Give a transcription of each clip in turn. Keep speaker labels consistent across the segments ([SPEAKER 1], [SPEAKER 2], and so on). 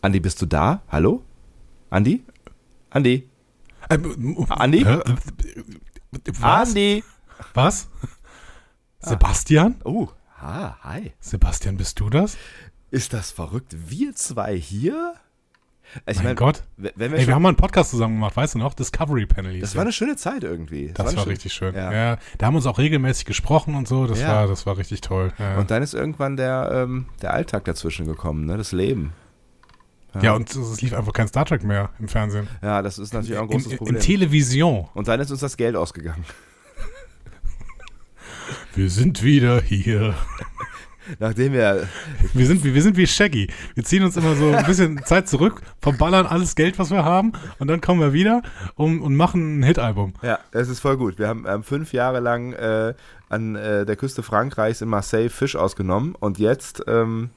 [SPEAKER 1] Andi, bist du da? Hallo? Andi? Andi?
[SPEAKER 2] Ähm,
[SPEAKER 1] Andi?
[SPEAKER 2] Hä? Was?
[SPEAKER 1] Andi? Ah.
[SPEAKER 2] Was? Sebastian?
[SPEAKER 1] Oh, ha, hi.
[SPEAKER 2] Sebastian, bist du das?
[SPEAKER 1] Ist das verrückt? Wir zwei hier? Also, ich
[SPEAKER 2] Mein Gott.
[SPEAKER 1] we- Wenn wir
[SPEAKER 2] Ey,
[SPEAKER 1] schon,
[SPEAKER 2] wir haben mal einen Podcast zusammen gemacht, weißt du noch? Discovery Panel hieß
[SPEAKER 1] das
[SPEAKER 2] der.
[SPEAKER 1] war eine schöne Zeit irgendwie.
[SPEAKER 2] das
[SPEAKER 1] eine
[SPEAKER 2] war
[SPEAKER 1] schöne-
[SPEAKER 2] richtig schön.
[SPEAKER 1] Ja.
[SPEAKER 2] Ja. da haben wir uns auch regelmäßig gesprochen und so. Das,
[SPEAKER 1] Ja.
[SPEAKER 2] war, das war richtig toll. Ja,
[SPEAKER 1] Und dann ist irgendwann der, ähm, der Alltag dazwischen gekommen, ne? das Leben.
[SPEAKER 2] ja und es lief einfach kein Star Trek mehr im Fernsehen.
[SPEAKER 1] Ja, das ist natürlich auch ein
[SPEAKER 2] In,
[SPEAKER 1] großes
[SPEAKER 2] in
[SPEAKER 1] Problem.
[SPEAKER 2] Television.
[SPEAKER 1] Und dann ist uns das Geld ausgegangen.
[SPEAKER 2] Wir sind wieder hier.
[SPEAKER 1] Nachdem wir
[SPEAKER 2] Wir sind, wie- wir sind wie Shaggy. Wir ziehen uns immer so ein bisschen Zeit zurück, verballern alles Geld, was wir haben, und dann kommen wir wieder um- und, und machen ein Hit-Album.
[SPEAKER 1] Ja, es ist voll gut. Wir haben ähm, fünf Jahre lang äh, an äh, der Küste Frankreichs in Marseille Fisch ausgenommen und jetzt, ähm,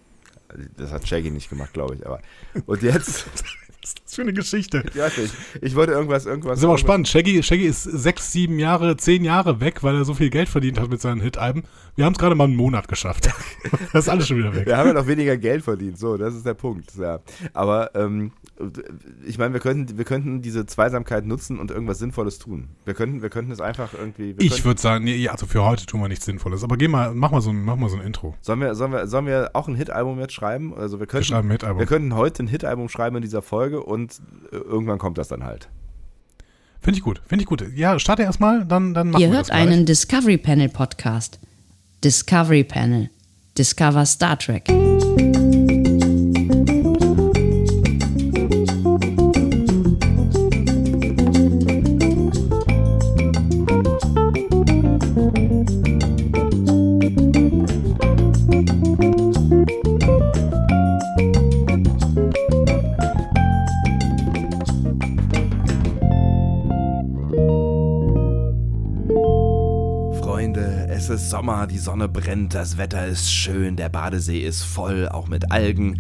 [SPEAKER 1] das hat Shaggy nicht gemacht, glaube ich, aber und jetzt,
[SPEAKER 2] Was ist das für eine Geschichte?
[SPEAKER 1] ich weiß nicht, ich wollte irgendwas, irgendwas.
[SPEAKER 2] Das ist aber auch
[SPEAKER 1] irgendwas-
[SPEAKER 2] spannend. Shaggy, Shaggy ist sechs, sieben Jahre, zehn Jahre weg, weil er so viel Geld verdient hat mit seinen Hit-Alben. Wir haben es gerade mal einen Monat geschafft. Das ist alles schon wieder weg.
[SPEAKER 1] Wir haben ja noch weniger Geld verdient, so, das ist der Punkt. Ja. Aber ähm, ich meine, wir könnten, wir könnten diese Zweisamkeit nutzen und irgendwas Sinnvolles tun. Wir könnten, wir könnten es einfach irgendwie. Wir
[SPEAKER 2] Ich
[SPEAKER 1] könnten,
[SPEAKER 2] würde sagen, nee, also für heute tun wir nichts Sinnvolles. Aber geh mal, mach mal so ein, mach mal so ein Intro.
[SPEAKER 1] sollen, wir, sollen, wir, sollen wir auch ein Hit-Album jetzt schreiben? Also wir
[SPEAKER 2] Wir
[SPEAKER 1] könnten,
[SPEAKER 2] schreiben ein
[SPEAKER 1] wir
[SPEAKER 2] Hit-Album.
[SPEAKER 1] könnten heute ein Hit-Album schreiben in dieser Folge und äh, irgendwann kommt das dann halt.
[SPEAKER 2] Finde ich gut, finde ich gut. Ja, starte erstmal, dann, dann machen
[SPEAKER 3] Ihr
[SPEAKER 2] wir
[SPEAKER 3] hört
[SPEAKER 2] das gleich.
[SPEAKER 3] einen Discovery Panel Podcast. Discovery Panel. Discover Star Trek.
[SPEAKER 1] Freunde, es ist Sommer, die Sonne brennt, das Wetter ist schön, der Badesee ist voll, auch mit Algen.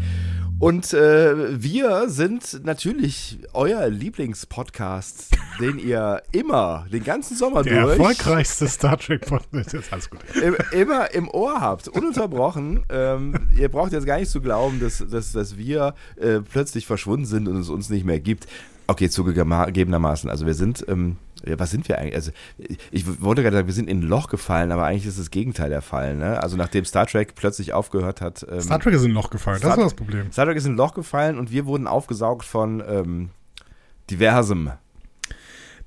[SPEAKER 1] Und äh, wir sind natürlich euer Lieblingspodcast, den ihr immer, den ganzen Sommer
[SPEAKER 2] Der
[SPEAKER 1] durch,
[SPEAKER 2] erfolgreichste Star Trek-Podcast. Ist alles gut.
[SPEAKER 1] im, immer im Ohr habt, ununterbrochen. ähm, ihr braucht jetzt gar nicht zu glauben, dass, dass, dass wir äh, plötzlich verschwunden sind und es uns nicht mehr gibt. Okay, zugegebenermaßen. Also wir sind, ähm, ja, was sind wir eigentlich? Also ich wollte gerade sagen, wir sind in ein Loch gefallen, aber eigentlich ist das Gegenteil der Fall. Ne? Also nachdem Star Trek plötzlich aufgehört hat. Ähm,
[SPEAKER 2] Star Trek ist in ein Loch gefallen, das war das Problem.
[SPEAKER 1] Star Trek ist in ein Loch gefallen und wir wurden aufgesaugt von ähm, diversem.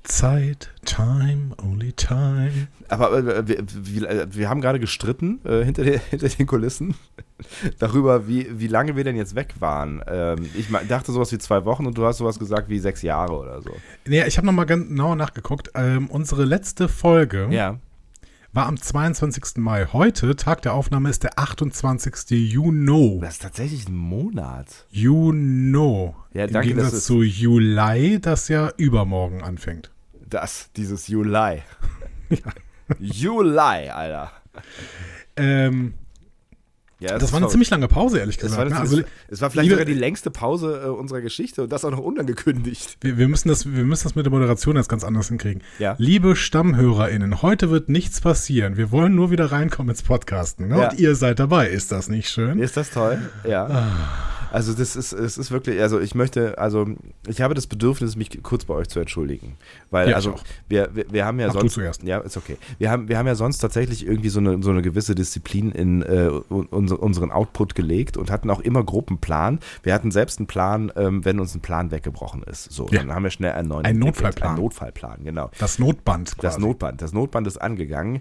[SPEAKER 2] Zeit, time, only time.
[SPEAKER 1] Aber äh, wir, wir, wir haben gerade gestritten äh, hinter, den, hinter den Kulissen darüber, wie, wie lange wir denn jetzt weg waren. Ähm, ich me- dachte sowas wie zwei Wochen und du hast sowas gesagt wie sechs Jahre oder so.
[SPEAKER 2] Ja, ich habe nochmal genau nachgeguckt. Ähm, unsere letzte Folge
[SPEAKER 1] Ja.
[SPEAKER 2] war am 22. Mai. Heute, Tag der Aufnahme, ist der 28. Juni.
[SPEAKER 1] Das ist tatsächlich ein Monat.
[SPEAKER 2] Juni.
[SPEAKER 1] Ja,
[SPEAKER 2] Im
[SPEAKER 1] danke,
[SPEAKER 2] Gegensatz
[SPEAKER 1] das ist-
[SPEAKER 2] zu Juli, das ja übermorgen anfängt.
[SPEAKER 1] Das, dieses Juli. Juli, Alter.
[SPEAKER 2] Ähm,
[SPEAKER 1] Ja,
[SPEAKER 2] das, war eine
[SPEAKER 1] verrückt.
[SPEAKER 2] ziemlich lange Pause, ehrlich
[SPEAKER 1] es
[SPEAKER 2] gesagt.
[SPEAKER 1] war, eine
[SPEAKER 2] ne?
[SPEAKER 1] ziemlich-
[SPEAKER 2] also,
[SPEAKER 1] es war vielleicht
[SPEAKER 2] liebe-
[SPEAKER 1] sogar die längste Pause äh, unserer Geschichte und das auch noch unangekündigt.
[SPEAKER 2] Wir, wir, müssen das, wir müssen das mit der Moderation jetzt ganz anders hinkriegen.
[SPEAKER 1] Ja.
[SPEAKER 2] Liebe StammhörerInnen, heute wird nichts passieren. Wir wollen nur wieder reinkommen ins Podcasten. Ne?
[SPEAKER 1] Ja.
[SPEAKER 2] Und ihr seid dabei. Ist das nicht schön?
[SPEAKER 1] Ist das toll? Ja.
[SPEAKER 2] Ah.
[SPEAKER 1] Also das ist, es ist wirklich, also ich möchte, also ich habe das Bedürfnis, mich kurz bei euch zu entschuldigen. Weil,
[SPEAKER 2] Ja, ich
[SPEAKER 1] also
[SPEAKER 2] auch.
[SPEAKER 1] wir, wir, wir haben ja
[SPEAKER 2] Mach du
[SPEAKER 1] sonst.
[SPEAKER 2] zuerst.
[SPEAKER 1] Ja, ist okay. Wir haben, wir haben ja sonst tatsächlich irgendwie so eine, so eine gewisse Disziplin in äh, uns, unseren Output gelegt und hatten auch immer Gruppenplan. Wir hatten selbst einen Plan, ähm, wenn uns ein Plan weggebrochen ist. So,
[SPEAKER 2] Ja.
[SPEAKER 1] dann haben wir schnell einen neuen
[SPEAKER 2] Ein
[SPEAKER 1] entwickelt.
[SPEAKER 2] Notfallplan.
[SPEAKER 1] Ein Notfallplan, genau.
[SPEAKER 2] Das Notband quasi.
[SPEAKER 1] Das Notband, das Notband ist angegangen.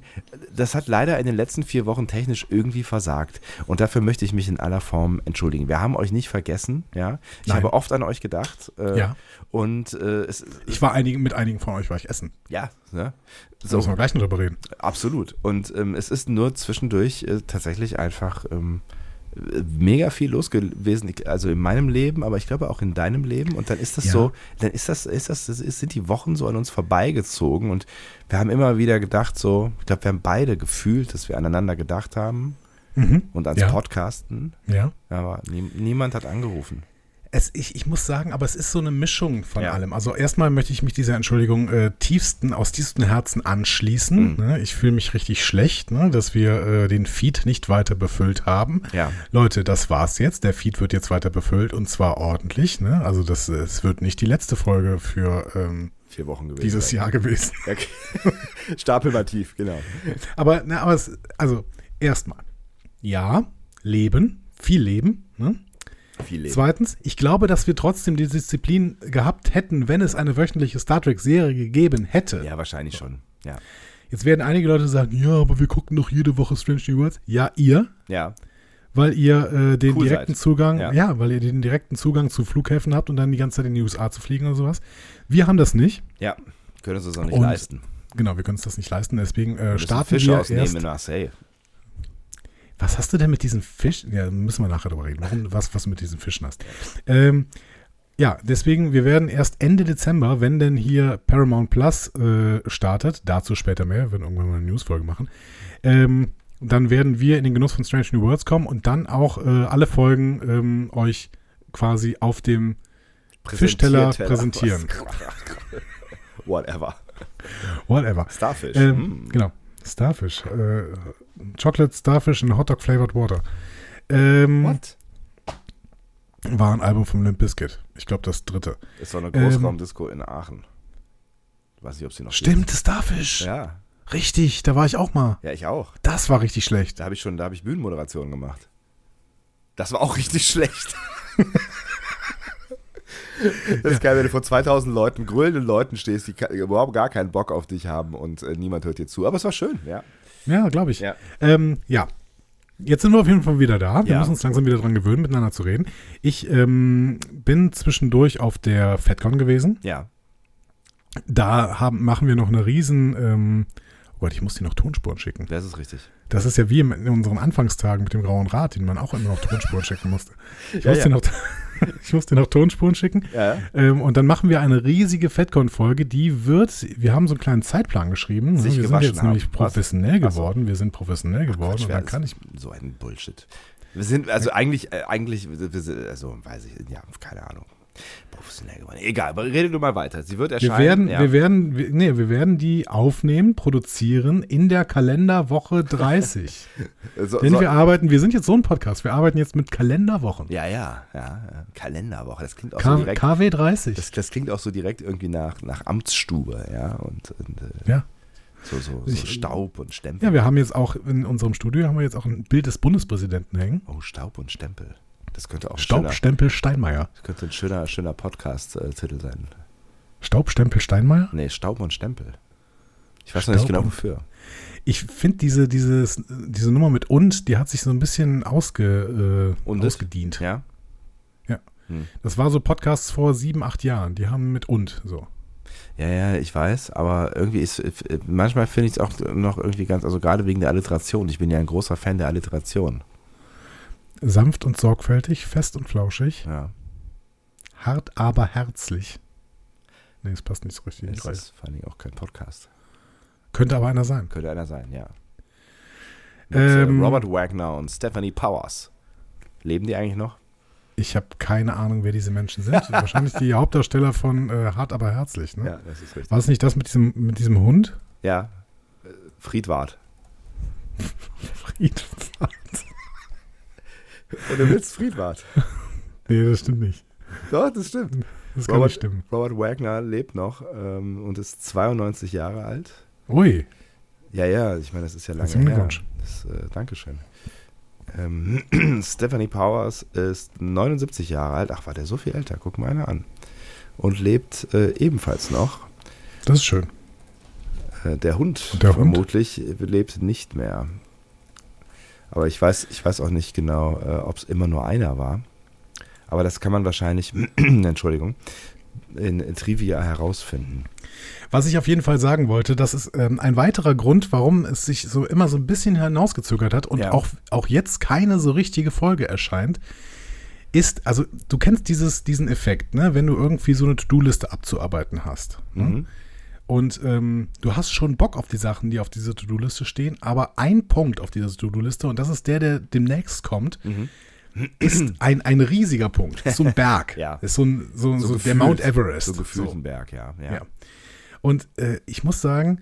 [SPEAKER 1] Das hat leider in den letzten vier Wochen technisch irgendwie versagt. Und dafür möchte ich mich in aller Form entschuldigen. Wir haben euch nicht vergessen, ja. Ich
[SPEAKER 2] Nein.
[SPEAKER 1] habe oft an euch gedacht. Äh,
[SPEAKER 2] Ja.
[SPEAKER 1] Und äh, es,
[SPEAKER 2] Ich war einigen, mit einigen von euch war ich essen.
[SPEAKER 1] ja, ne?
[SPEAKER 2] Da müssen
[SPEAKER 1] So,
[SPEAKER 2] wir gleich noch drüber reden.
[SPEAKER 1] absolut. Und ähm, es ist nur zwischendurch äh, tatsächlich einfach ähm, äh, mega viel los gewesen. Ich- Also in meinem Leben, aber ich glaube auch in deinem Leben. Und dann ist das
[SPEAKER 2] Ja.
[SPEAKER 1] so, dann ist das, ist das, das ist, sind die Wochen so an uns vorbeigezogen. Und wir haben immer wieder gedacht, so, ich glaube, wir haben beide gefühlt, dass wir aneinander gedacht haben
[SPEAKER 2] Mhm.
[SPEAKER 1] und ans
[SPEAKER 2] ja.
[SPEAKER 1] Podcasten.
[SPEAKER 2] ja.
[SPEAKER 1] Aber nie, niemand hat angerufen.
[SPEAKER 2] es, ich, ich muss sagen, aber es ist so eine Mischung von
[SPEAKER 1] Ja.
[SPEAKER 2] allem. Also erstmal möchte ich mich dieser Entschuldigung äh, tiefsten, aus tiefstem Herzen anschließen.
[SPEAKER 1] Mhm.
[SPEAKER 2] Ne? Ich fühle mich richtig schlecht, ne? dass wir äh, den Feed nicht weiter befüllt haben.
[SPEAKER 1] Ja.
[SPEAKER 2] Leute, das war's jetzt. Der Feed wird jetzt weiter befüllt und zwar ordentlich. Ne? Also das, äh, es wird nicht die letzte Folge für ähm,
[SPEAKER 1] Vier Wochen gewesen.
[SPEAKER 2] dieses Jahr gewesen.
[SPEAKER 1] Ja, Okay. Stapel mal tief, genau.
[SPEAKER 2] Aber, na, aber es, also erstmal, ja, Leben, viel Leben. Ne?
[SPEAKER 1] Viel Leben.
[SPEAKER 2] Zweitens, ich glaube, dass wir trotzdem die Disziplin gehabt hätten, wenn es eine wöchentliche Star Trek-Serie gegeben hätte.
[SPEAKER 1] Ja, wahrscheinlich schon. Ja.
[SPEAKER 2] Jetzt werden einige Leute sagen, ja, aber wir gucken doch jede Woche Strange New Worlds. Ja, ihr,
[SPEAKER 1] Ja.
[SPEAKER 2] weil ihr äh, den
[SPEAKER 1] Cool
[SPEAKER 2] direkten
[SPEAKER 1] seid.
[SPEAKER 2] Zugang, ja.
[SPEAKER 1] Ja.
[SPEAKER 2] weil ihr den direkten Zugang zu Flughäfen habt und dann die ganze Zeit in die USA zu fliegen oder sowas. Wir haben das nicht.
[SPEAKER 1] Ja. Können Sie es auch nicht
[SPEAKER 2] Und
[SPEAKER 1] leisten.
[SPEAKER 2] Genau, wir können uns das nicht leisten, deswegen äh,
[SPEAKER 1] Müssen
[SPEAKER 2] starten
[SPEAKER 1] Fisch
[SPEAKER 2] wir
[SPEAKER 1] ausnehmen
[SPEAKER 2] erst.
[SPEAKER 1] in Marseille.
[SPEAKER 2] Was hast du denn mit diesem Fisch? Ja, müssen wir nachher drüber reden, warum, was, was du mit diesem Fischen hast. Ähm, ja, deswegen, wir werden erst Ende Dezember, wenn denn hier Paramount Plus äh, startet, dazu später mehr, wir werden irgendwann mal eine Newsfolge machen, ähm, dann werden wir in den Genuss von Strange New Worlds kommen und dann auch äh, alle Folgen ähm, euch quasi auf dem Fischteller
[SPEAKER 1] Präsentiert-
[SPEAKER 2] präsentieren.
[SPEAKER 1] Whatever.
[SPEAKER 2] Whatever.
[SPEAKER 1] Starfish. Hm.
[SPEAKER 2] Ähm, Genau. Starfish. Äh, Chocolate Starfish in Hotdog Flavored Water. Ähm,
[SPEAKER 1] What?
[SPEAKER 2] War ein Album vom Limp Bizkit. Ich glaube, das dritte.
[SPEAKER 1] Es war eine
[SPEAKER 2] ähm,
[SPEAKER 1] Großraumdisco in Aachen. Weiß nicht, ob sie noch
[SPEAKER 2] Starfish.
[SPEAKER 1] gibt. Ja.
[SPEAKER 2] Richtig, da war ich auch mal.
[SPEAKER 1] Ja, ich auch.
[SPEAKER 2] Das war richtig schlecht.
[SPEAKER 1] Da habe ich schon, da habe ich Bühnenmoderation gemacht. Das war auch richtig schlecht. Das ist geil, wenn du vor 2000 Leuten, grölenden Leuten stehst, die ka- überhaupt gar keinen Bock auf dich haben und äh, niemand hört dir zu. Aber es war schön, ja.
[SPEAKER 2] Ja, glaube ich.
[SPEAKER 1] Ja.
[SPEAKER 2] Ähm, ja. Jetzt sind wir auf jeden Fall wieder da. Wir
[SPEAKER 1] Ja.
[SPEAKER 2] müssen uns langsam wieder dran gewöhnen, miteinander zu reden. Ich ähm, bin zwischendurch auf der FedCon gewesen.
[SPEAKER 1] Ja.
[SPEAKER 2] Da haben, machen wir noch eine riesen... Ähm, oh Gott, ich muss dir noch Tonspuren schicken.
[SPEAKER 1] Das ist richtig.
[SPEAKER 2] Das ist ja wie in unseren Anfangstagen mit dem grauen Rad, den man auch immer noch Tonspuren schicken musste. Ich,
[SPEAKER 1] Ja,
[SPEAKER 2] musste,
[SPEAKER 1] ja.
[SPEAKER 2] Noch, ich musste noch Tonspuren schicken.
[SPEAKER 1] Ja.
[SPEAKER 2] Ähm, und dann machen wir eine riesige Fatcon-Folge, die wird, wir haben so einen kleinen Zeitplan geschrieben. ne?
[SPEAKER 1] Sich
[SPEAKER 2] wir sind
[SPEAKER 1] gewaschen
[SPEAKER 2] jetzt nämlich
[SPEAKER 1] haben.
[SPEAKER 2] professionell
[SPEAKER 1] Was? Ach so.
[SPEAKER 2] geworden. Wir sind professionell geworden und
[SPEAKER 1] Schwer
[SPEAKER 2] dann
[SPEAKER 1] ist
[SPEAKER 2] kann Hm? ich.
[SPEAKER 1] So ein Bullshit. Wir sind, also eigentlich, äh, eigentlich, wir sind, also weiß ich, ja, keine Ahnung. Professionell geworden. Egal, aber rede du mal weiter. Sie wird
[SPEAKER 2] Wir
[SPEAKER 1] erscheinen.
[SPEAKER 2] werden,
[SPEAKER 1] ja.
[SPEAKER 2] wir werden, wir, nee, wir werden die aufnehmen, produzieren in der Kalenderwoche 30.
[SPEAKER 1] so,
[SPEAKER 2] Denn
[SPEAKER 1] so,
[SPEAKER 2] wir arbeiten, wir sind jetzt so ein Podcast, wir arbeiten jetzt mit Kalenderwochen.
[SPEAKER 1] ja, ja, ja, ja. Kalenderwoche, das klingt auch
[SPEAKER 2] K
[SPEAKER 1] so direkt.
[SPEAKER 2] KW 30.
[SPEAKER 1] Das, das klingt auch so direkt irgendwie nach, nach Amtsstube, ja, und, und äh,
[SPEAKER 2] ja.
[SPEAKER 1] so, so, so Staub und Stempel.
[SPEAKER 2] ja, wir haben jetzt auch in unserem Studio haben wir jetzt auch ein Bild des Bundespräsidenten hängen.
[SPEAKER 1] oh, Staub und Stempel. Das könnte auch ein Oh, schöner,
[SPEAKER 2] Staubstempel Steinmeier.
[SPEAKER 1] das könnte ein schöner, schöner Podcast-Titel sein.
[SPEAKER 2] Staubstempel Steinmeier?
[SPEAKER 1] Nee, Staub und Stempel. Ich weiß noch nicht
[SPEAKER 2] Staub
[SPEAKER 1] genau
[SPEAKER 2] und-
[SPEAKER 1] wofür.
[SPEAKER 2] Ich finde diese, dieses, diese Nummer mit und, die hat sich so ein bisschen ausge, äh,
[SPEAKER 1] Undet?
[SPEAKER 2] ausgedient.
[SPEAKER 1] Ja?
[SPEAKER 2] Das war so Podcasts vor sieben, acht Jahren. Die haben mit und so.
[SPEAKER 1] Ja, ja, ich weiß, aber irgendwie ist, äh, manchmal finde ich es auch noch irgendwie ganz, also gerade wegen der Alliteration. Ich bin ja ein großer Fan der Alliteration.
[SPEAKER 2] Sanft und sorgfältig, fest und flauschig,
[SPEAKER 1] Ja,
[SPEAKER 2] hart aber herzlich. Nee, es passt nicht so richtig. in die
[SPEAKER 1] das
[SPEAKER 2] Reihe.
[SPEAKER 1] ist vor allen Dingen auch kein Podcast.
[SPEAKER 2] Könnte aber einer sein.
[SPEAKER 1] Könnte einer sein, ja. Mit
[SPEAKER 2] Ähm,
[SPEAKER 1] äh, Robert Wagner und Stephanie Powers. Leben die eigentlich noch?
[SPEAKER 2] Ich habe keine Ahnung, wer diese Menschen sind. Wahrscheinlich die Hauptdarsteller von äh, Hart aber herzlich. Ne?
[SPEAKER 1] das ist richtig.
[SPEAKER 2] War es nicht das mit diesem, mit diesem Hund?
[SPEAKER 1] Ja, äh, Friedwart.
[SPEAKER 2] Friedwart.
[SPEAKER 1] Und du willst Friedwart.
[SPEAKER 2] Nee, das stimmt nicht.
[SPEAKER 1] Doch, das stimmt.
[SPEAKER 2] Das kann
[SPEAKER 1] Robert,
[SPEAKER 2] nicht stimmen.
[SPEAKER 1] Robert Wagner lebt noch ähm, und ist 92 Jahre alt.
[SPEAKER 2] Ui,
[SPEAKER 1] Ja, ja, ich meine, das ist ja lange
[SPEAKER 2] Herzlichen
[SPEAKER 1] her.
[SPEAKER 2] Glückwunsch.
[SPEAKER 1] Das, äh, Dankeschön. Ähm, Stephanie Powers ist 79 Jahre alt. Ach, war der so viel älter? Guck mal einer an. Und lebt äh, ebenfalls noch.
[SPEAKER 2] das ist schön.
[SPEAKER 1] Äh, der Hund
[SPEAKER 2] Und der Hund?
[SPEAKER 1] vermutlich äh, lebt nicht mehr. Aber ich weiß, ich weiß auch nicht genau, äh, ob es immer nur einer war. Aber das kann man wahrscheinlich, Entschuldigung, in, in Trivia herausfinden.
[SPEAKER 2] Was ich auf jeden Fall sagen wollte, das ist ähm, ein weiterer Grund, warum es sich so immer so ein bisschen hinausgezögert hat und
[SPEAKER 1] Ja.
[SPEAKER 2] auch, auch jetzt keine so richtige Folge erscheint, ist, also du kennst dieses, diesen Effekt, ne, wenn du irgendwie so eine To-Do-Liste abzuarbeiten hast. Ne?
[SPEAKER 1] Mhm.
[SPEAKER 2] Und ähm, du hast schon Bock auf die Sachen, die auf dieser
[SPEAKER 1] Mhm.
[SPEAKER 2] To-Do-Liste stehen, aber ein Punkt auf dieser To-Do-Liste, und das ist der, der demnächst kommt, ist ein, ein riesiger Punkt. Ist so ein Berg.
[SPEAKER 1] Ja.
[SPEAKER 2] Ist so, ein, so, so, der
[SPEAKER 1] gefühlt,
[SPEAKER 2] Mount Everest.
[SPEAKER 1] So gefühlt ein Berg, ja. ja.
[SPEAKER 2] Ja. Und äh, ich muss sagen,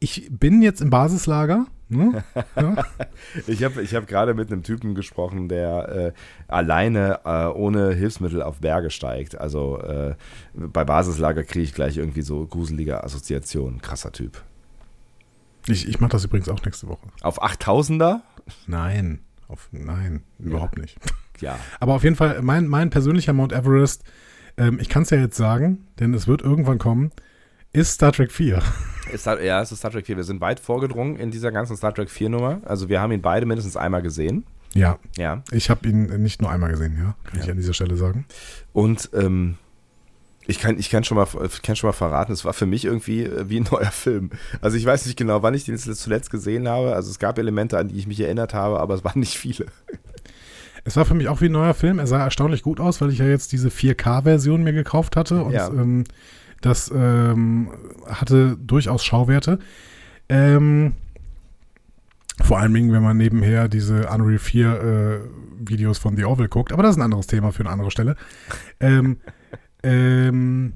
[SPEAKER 2] ich bin jetzt im Basislager. Ne?
[SPEAKER 1] Ich habe ich hab gerade mit einem Typen gesprochen, der äh, alleine äh, ohne Hilfsmittel auf Berge steigt. Also äh, bei Basislager kriege ich gleich irgendwie so gruselige Assoziationen. Krasser Typ.
[SPEAKER 2] Ich, ich mache das übrigens auch nächste Woche.
[SPEAKER 1] Auf 8000er?
[SPEAKER 2] Nein. Auf, nein, überhaupt nicht.
[SPEAKER 1] Ja.
[SPEAKER 2] Aber auf jeden Fall, mein, mein persönlicher Mount Everest, ähm, ich kann es ja jetzt sagen, denn es wird irgendwann kommen, ist Star Trek 4.
[SPEAKER 1] Ist Star, ja, es ist Star Trek 4. Wir sind weit vorgedrungen in dieser ganzen Star Trek 4 Nummer. Also wir haben ihn beide mindestens einmal gesehen.
[SPEAKER 2] Ja,
[SPEAKER 1] Ja.
[SPEAKER 2] ich habe ihn nicht nur einmal gesehen, ja, kann ich an dieser Stelle sagen.
[SPEAKER 1] Und ähm, ich kann, ich kann schon mal, ich kann schon mal verraten, es war für mich irgendwie äh, wie ein neuer Film. Also ich weiß nicht genau, wann ich den zuletzt gesehen habe. Also es gab Elemente, an die ich mich erinnert habe, aber es waren nicht viele.
[SPEAKER 2] Es war für mich auch wie ein neuer Film. Er sah erstaunlich gut aus, weil ich ja jetzt diese 4K-Version mir gekauft hatte und
[SPEAKER 1] Ja.
[SPEAKER 2] ähm, das ähm, hatte durchaus Schauwerte. Ähm, vor allen Dingen, wenn man nebenher diese Unreal 4 äh, Videos von The Orville guckt. Aber das ist ein anderes Thema für eine andere Stelle. Ähm, ähm,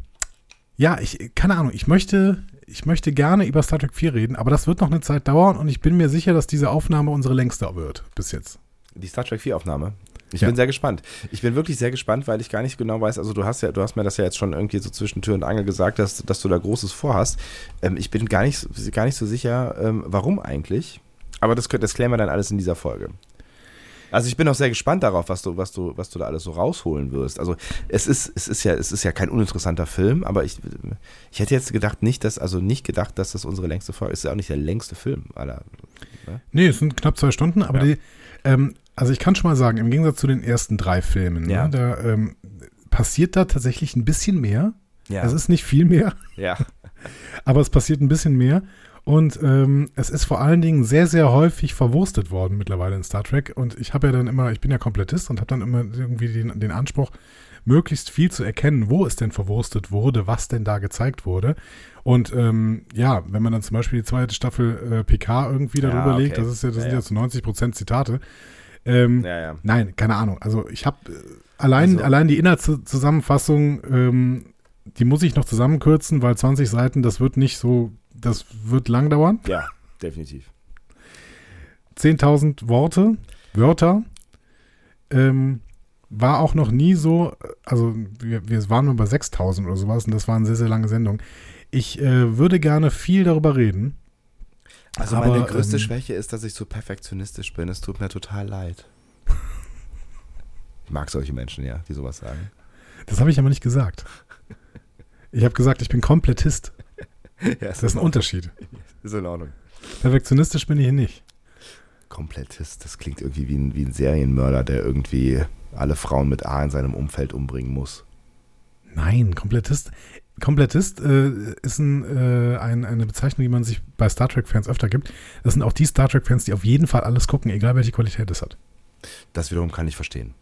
[SPEAKER 2] ja, ich, keine Ahnung, ich möchte, ich möchte gerne über Star Trek 4 reden, aber das wird noch eine Zeit dauern und ich bin mir sicher, dass diese Aufnahme unsere längste wird bis jetzt.
[SPEAKER 1] Die Star Trek 4 Aufnahme. Ich
[SPEAKER 2] Ja.
[SPEAKER 1] bin sehr gespannt. Ich bin wirklich sehr gespannt, weil ich gar nicht genau weiß. Also du hast ja, du hast mir das ja jetzt schon irgendwie so zwischen Tür und Angel gesagt, dass, dass du da Großes vorhast. Ähm, ich bin gar nicht, gar nicht so sicher, ähm, warum eigentlich. Aber das, könnt- das klären wir dann alles in dieser Folge. Also ich bin auch sehr gespannt darauf, was du, was du, was du da alles so rausholen wirst. Also es ist, es ist ja, es ist ja kein uninteressanter Film, aber ich, ich hätte jetzt gedacht nicht, dass, also nicht gedacht, dass das unsere längste Folge ist. Ist ja auch nicht der längste Film aller
[SPEAKER 2] Nee, es sind knapp zwei Stunden, aber
[SPEAKER 1] Ja.
[SPEAKER 2] die, ähm, also ich kann schon mal sagen, im Gegensatz zu den ersten drei Filmen,
[SPEAKER 1] Ja.
[SPEAKER 2] ne, da ähm, passiert da tatsächlich ein bisschen mehr.
[SPEAKER 1] Ja.
[SPEAKER 2] Es ist nicht viel mehr,
[SPEAKER 1] Ja.
[SPEAKER 2] aber es passiert ein bisschen mehr. Und ähm, es ist vor allen Dingen sehr, sehr häufig verwurstet worden mittlerweile in Star Trek. Und ich habe ja dann immer, ich bin ja Komplettist und habe dann immer irgendwie den, den Anspruch, möglichst viel zu erkennen, wo es denn verwurstet wurde, was denn da gezeigt wurde. Und ähm, ja, wenn man dann zum Beispiel die zweite Staffel äh, PK irgendwie
[SPEAKER 1] Ja,
[SPEAKER 2] darüber legt,
[SPEAKER 1] okay.
[SPEAKER 2] das, ist ja, das
[SPEAKER 1] Ja,
[SPEAKER 2] sind
[SPEAKER 1] ja.
[SPEAKER 2] ja zu 90 Prozent Zitate. Ähm,
[SPEAKER 1] Ja, ja.
[SPEAKER 2] Nein, keine Ahnung. Also ich habe äh, allein,
[SPEAKER 1] Also-
[SPEAKER 2] allein die Inhaltszusammenfassung, ähm, die muss ich noch zusammenkürzen, weil 20 Seiten, das wird nicht so, das wird lang dauern.
[SPEAKER 1] Ja, definitiv.
[SPEAKER 2] 10.000 Worte, Wörter. Ähm, war auch noch nie so, also wir, wir waren nur bei 6.000 oder sowas und das war eine sehr, sehr lange Sendung. Ich äh, würde gerne viel darüber reden.
[SPEAKER 1] Also
[SPEAKER 2] Aber,
[SPEAKER 1] meine größte
[SPEAKER 2] ähm,
[SPEAKER 1] Schwäche ist, dass ich so perfektionistisch bin. Es tut mir total leid. Ich mag solche Menschen, ja, die sowas sagen.
[SPEAKER 2] Das habe ich aber nicht gesagt. Ich habe gesagt, ich bin Komplettist.
[SPEAKER 1] Ja,
[SPEAKER 2] Das ist ein Unterschied.
[SPEAKER 1] ist in Ordnung.
[SPEAKER 2] Perfektionistisch bin ich hier nicht.
[SPEAKER 1] Komplettist, das klingt irgendwie wie ein, wie ein Serienmörder, der irgendwie alle Frauen mit A in seinem Umfeld umbringen muss.
[SPEAKER 2] Nein, Komplettist. Komplettist äh, ist ein, äh, ein, eine Bezeichnung, die man sich bei Star Trek-Fans öfter gibt. Das sind auch die Star Trek-Fans, die auf jeden Fall alles gucken, egal welche Qualität es hat.
[SPEAKER 1] Das wiederum kann ich verstehen.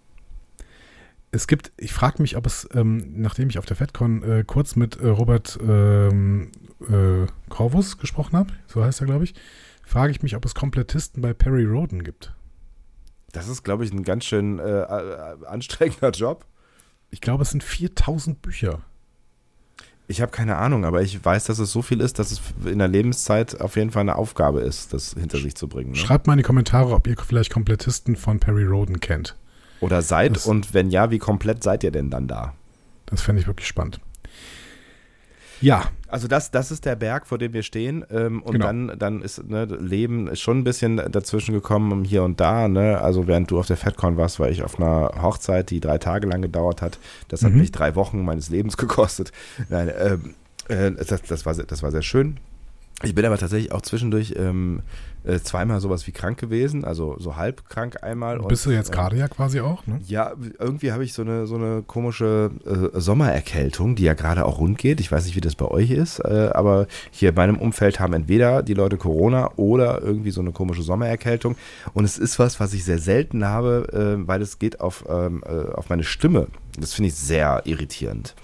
[SPEAKER 2] Es gibt, ich frage mich, ob es, ähm, nachdem ich auf der FedCon äh, kurz mit äh, Robert ähm, äh, Corvus gesprochen habe, so heißt er, glaube ich, frage ich mich, ob es Komplettisten bei Perry Roden gibt.
[SPEAKER 1] Das ist, glaube ich, ein ganz schön äh, äh, anstrengender Job.
[SPEAKER 2] Ich glaube, es sind 4000 Bücher.
[SPEAKER 1] Ich habe keine Ahnung, aber ich weiß, dass es so viel ist, dass es in der Lebenszeit auf jeden Fall eine Aufgabe ist, das hinter sich zu bringen. Ne?
[SPEAKER 2] Schreibt mal in die Kommentare, ob ihr vielleicht Komplettisten von Perry Roden kennt.
[SPEAKER 1] Oder seid
[SPEAKER 2] Das-
[SPEAKER 1] und wenn ja, wie komplett seid ihr denn dann da?
[SPEAKER 2] Das fände ich wirklich spannend. Ja,
[SPEAKER 1] Also das, das ist der Berg, vor dem wir stehen. Ähm, und
[SPEAKER 2] Genau.
[SPEAKER 1] dann, dann ist ne, Leben ist schon ein bisschen dazwischen gekommen, um hier und da. Ne? Also während du auf der FedCon warst, war ich auf einer Hochzeit, die drei Tage lang gedauert hat. Das hat
[SPEAKER 2] Mhm.
[SPEAKER 1] mich drei Wochen meines Lebens gekostet. Nein, ähm, äh, das, das, war, sehr- das war sehr schön. Ich bin aber tatsächlich auch zwischendurch ähm, äh, zweimal sowas wie krank gewesen, also so halb krank einmal. und,
[SPEAKER 2] bist du jetzt
[SPEAKER 1] ähm,
[SPEAKER 2] gerade ja quasi auch, ne?
[SPEAKER 1] ja, irgendwie habe ich so eine, so eine komische äh, Sommererkältung, die ja gerade auch rund geht. Ich weiß nicht, wie das bei euch ist, äh, aber hier in meinem Umfeld haben entweder die Leute Corona oder irgendwie so eine komische Sommererkältung. Und es ist was, was ich sehr selten habe, äh, weil es geht auf, ähm, äh, auf meine Stimme. Das finde ich sehr irritierend.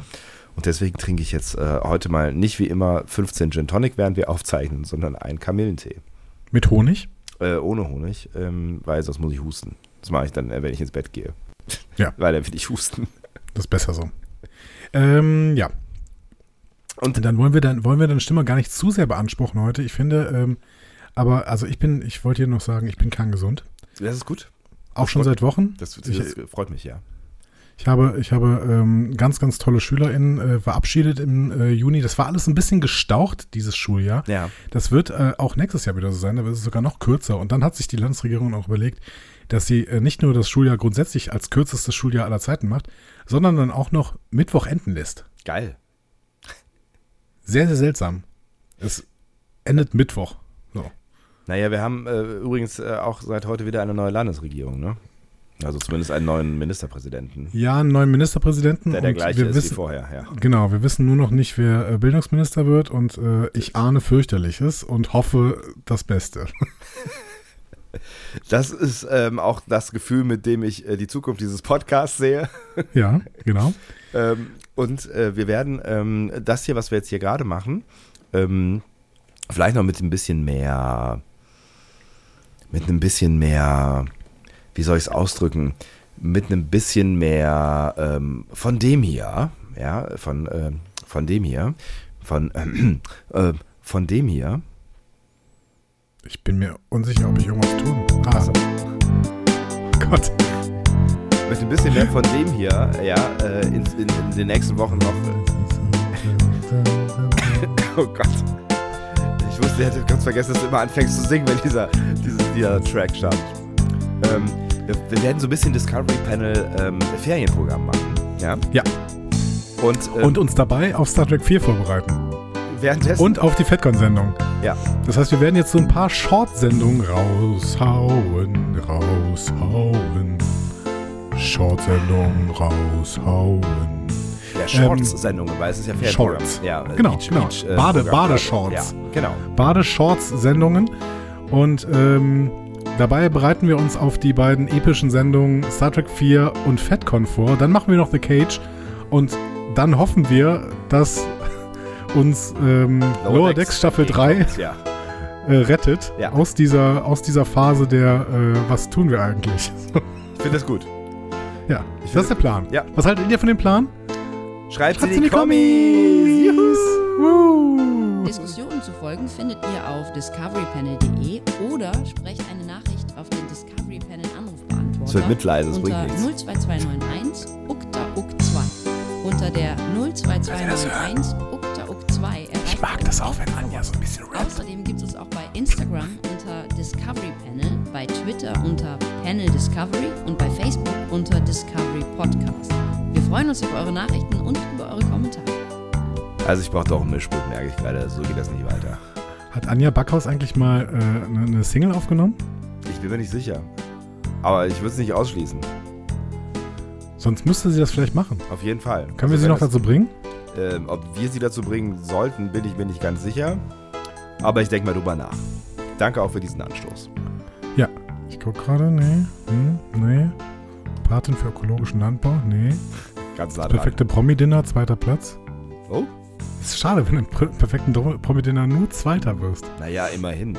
[SPEAKER 1] Und deswegen trinke ich jetzt äh, heute mal nicht wie immer 15 Gin Tonic, während wir aufzeichnen, sondern einen Kamillentee.
[SPEAKER 2] Mit Honig?
[SPEAKER 1] Äh, ohne Honig, ähm, weil sonst muss ich husten. Das mache ich dann, äh, wenn ich ins Bett gehe.
[SPEAKER 2] Ja.
[SPEAKER 1] Weil dann will ich husten.
[SPEAKER 2] Das ist besser so. Ähm, ja.
[SPEAKER 1] Und-
[SPEAKER 2] Und dann wollen wir dann wollen wir dann Stimme gar nicht zu sehr beanspruchen heute. Ich finde, ähm, aber also ich bin, ich wollte hier noch sagen, ich bin kerngesund.
[SPEAKER 1] Das ist gut.
[SPEAKER 2] Auch schon seit Wochen.
[SPEAKER 1] Das, das,
[SPEAKER 2] Ich- äh,
[SPEAKER 1] freut mich, ja.
[SPEAKER 2] Ich habe, ich habe ähm, ganz, ganz tolle SchülerInnen äh, verabschiedet im äh, Juni. Das war alles ein bisschen gestaucht, dieses Schuljahr.
[SPEAKER 1] Ja.
[SPEAKER 2] Das wird äh, auch nächstes Jahr wieder so sein, aber es ist sogar noch kürzer. Und dann hat sich die Landesregierung auch überlegt, dass sie äh, nicht nur das Schuljahr grundsätzlich als kürzestes Schuljahr aller Zeiten macht, sondern dann auch noch Mittwoch enden lässt.
[SPEAKER 1] Geil.
[SPEAKER 2] Sehr, sehr seltsam. Es endet Mittwoch. So.
[SPEAKER 1] Naja, wir haben äh, übrigens äh, auch seit heute wieder eine neue Landesregierung, ne? Also zumindest einen neuen Ministerpräsidenten,
[SPEAKER 2] Ja, einen neuen Ministerpräsidenten.
[SPEAKER 1] der der
[SPEAKER 2] und
[SPEAKER 1] gleiche
[SPEAKER 2] wir
[SPEAKER 1] ist wie
[SPEAKER 2] wissen,
[SPEAKER 1] vorher, ja.
[SPEAKER 2] Genau, wir wissen nur noch nicht, wer äh, Bildungsminister wird und äh, ich ahne fürchterliches und hoffe das Beste.
[SPEAKER 1] Das ist ähm, auch das Gefühl, mit dem ich äh, die Zukunft dieses Podcasts sehe.
[SPEAKER 2] ja, genau.
[SPEAKER 1] Ähm, und äh, wir werden ähm, das hier, was wir jetzt hier gerade machen, ähm, vielleicht noch mit ein bisschen mehr, mit ein bisschen mehr, wie soll ich es ausdrücken, mit einem bisschen mehr ähm, von dem hier, ja, von, ähm, von dem hier, von, äh, von dem hier.
[SPEAKER 2] Ich bin mir unsicher, ob ich irgendwas tun. Ah, Gott.
[SPEAKER 1] Mit ein bisschen mehr von dem hier, ja, äh, in, in, in den nächsten Wochen noch. Äh, oh Gott. Ich wusste, ich hätte ganz vergessen, dass du immer anfängst zu singen, wenn dieser, dieses, dieser Track startet. Ähm, wir, wir werden so ein bisschen Discovery Panel ähm, Ferienprogramm machen. Ja.
[SPEAKER 2] Ja.
[SPEAKER 1] Und, ähm,
[SPEAKER 2] Und uns dabei auf Star Trek 4 vorbereiten.
[SPEAKER 1] währenddessen.
[SPEAKER 2] Und auf die FedCon-Sendung.
[SPEAKER 1] Ja.
[SPEAKER 2] Das heißt, wir werden jetzt so ein paar Short-Sendungen raushauen, raushauen. Short-Sendungen raushauen.
[SPEAKER 1] Ja, Shorts-Sendungen, weil es ist ja Ferienprogramm.
[SPEAKER 2] Ähm, Shorts.
[SPEAKER 1] Ja, äh,
[SPEAKER 2] Genau, genau. Bade-
[SPEAKER 1] Programm.
[SPEAKER 2] Badeshorts.
[SPEAKER 1] Ja, genau.
[SPEAKER 2] Badeshorts-Sendungen. Und ähm, dabei bereiten wir uns auf die beiden epischen Sendungen Star Trek 4 und FedCon vor. Dann machen wir noch The Cage und dann hoffen wir, dass uns ähm, Lower, Decks, Staffel 3
[SPEAKER 1] Ja.
[SPEAKER 2] äh, rettet
[SPEAKER 1] Ja.
[SPEAKER 2] aus, dieser, aus dieser Phase der äh, Was tun wir eigentlich?
[SPEAKER 1] Ich finde das gut.
[SPEAKER 2] ja,
[SPEAKER 1] Ich
[SPEAKER 2] das ist der Plan.
[SPEAKER 1] ja.
[SPEAKER 2] Was haltet ihr von dem Plan?
[SPEAKER 1] Schreibt sie
[SPEAKER 2] Schreibt's
[SPEAKER 1] in die Kommis. Juhu.
[SPEAKER 2] Juhu.
[SPEAKER 3] Diskussionen zu folgen findet ihr auf discoverypanel.de oder sprecht eine Nachricht auf den Discovery Panel Anrufbeantworter.
[SPEAKER 1] Es wird mitleise, es
[SPEAKER 3] unter
[SPEAKER 1] bringt nichts.
[SPEAKER 3] 02291 ukta ukt 2 unter der 02291 ukta ukt 2 erreicht
[SPEAKER 2] Ich mag
[SPEAKER 3] ihr
[SPEAKER 2] das
[SPEAKER 3] uns
[SPEAKER 2] auch, wenn Anja so ein bisschen rappt.
[SPEAKER 3] Außerdem gibt es uns auch bei Instagram unter Discovery Panel, bei Twitter unter Panel Discovery und bei Facebook unter Discovery Podcast. Wir freuen uns über eure Nachrichten und über eure Kommentare.
[SPEAKER 1] Also ich brauche doch einen Mischpult, merke ich gerade. So geht das nicht weiter.
[SPEAKER 2] Hat Anja Backhaus eigentlich mal äh, eine eine Single aufgenommen?
[SPEAKER 1] Ich bin mir nicht sicher. Aber ich würde es nicht ausschließen.
[SPEAKER 2] Sonst müsste sie das vielleicht machen.
[SPEAKER 1] Auf jeden Fall. Also
[SPEAKER 2] Können wir sie noch dazu bringen?
[SPEAKER 1] dazu? Ähm, ob wir sie dazu bringen sollten, bin ich mir nicht ganz sicher. Aber ich denke mal drüber nach. Danke auch für diesen Anstoß.
[SPEAKER 2] Ja. Ich guck gerade, nee. Hm, nee. Patin für ökologischen Landbau, nee.
[SPEAKER 1] Ganz nah dran.
[SPEAKER 2] Perfekte Promi-Dinner, zweiter Platz.
[SPEAKER 1] Oh?
[SPEAKER 2] Ist schade, wenn du im pr- perfekten Doppel- Promi-Dinner nur zweiter wirst.
[SPEAKER 1] Naja, immerhin.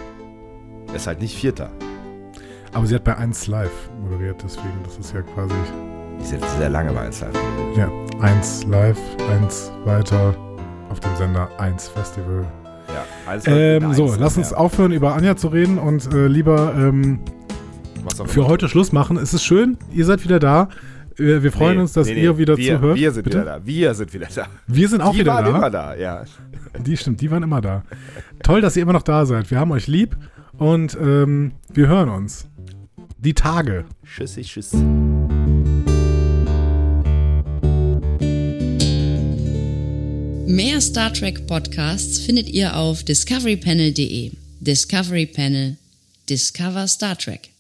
[SPEAKER 1] Ist halt nicht Vierter.
[SPEAKER 2] Aber sie hat bei 1 Live moderiert, deswegen, das ist ja quasi.
[SPEAKER 1] Ist jetzt sehr lange bei 1 Live.
[SPEAKER 2] Ja, 1 Live, 1 weiter auf dem Sender 1 Festival.
[SPEAKER 1] Ja, alles
[SPEAKER 2] Ähm, so, lass uns aufhören, über Anja zu reden und äh, lieber ähm, für heute Schluss machen. Es ist schön, ihr seid wieder da. Wir, wir freuen uns, dass ihr wieder
[SPEAKER 1] wir,
[SPEAKER 2] zuhört.
[SPEAKER 1] Wir sind
[SPEAKER 2] Bitte?
[SPEAKER 1] wieder da. Wir sind wieder da.
[SPEAKER 2] Wir sind auch
[SPEAKER 1] die
[SPEAKER 2] wieder
[SPEAKER 1] waren
[SPEAKER 2] da.
[SPEAKER 1] immer da, ja.
[SPEAKER 2] Die stimmt, die waren immer da. Toll, dass ihr immer noch da seid. Wir haben euch lieb und ähm, wir hören uns. Die Tage.
[SPEAKER 1] Tschüssi, tschüss.
[SPEAKER 3] Mehr Star Trek Podcasts findet ihr auf discoverypanel.de. Discovery Panel. Discover Star Trek.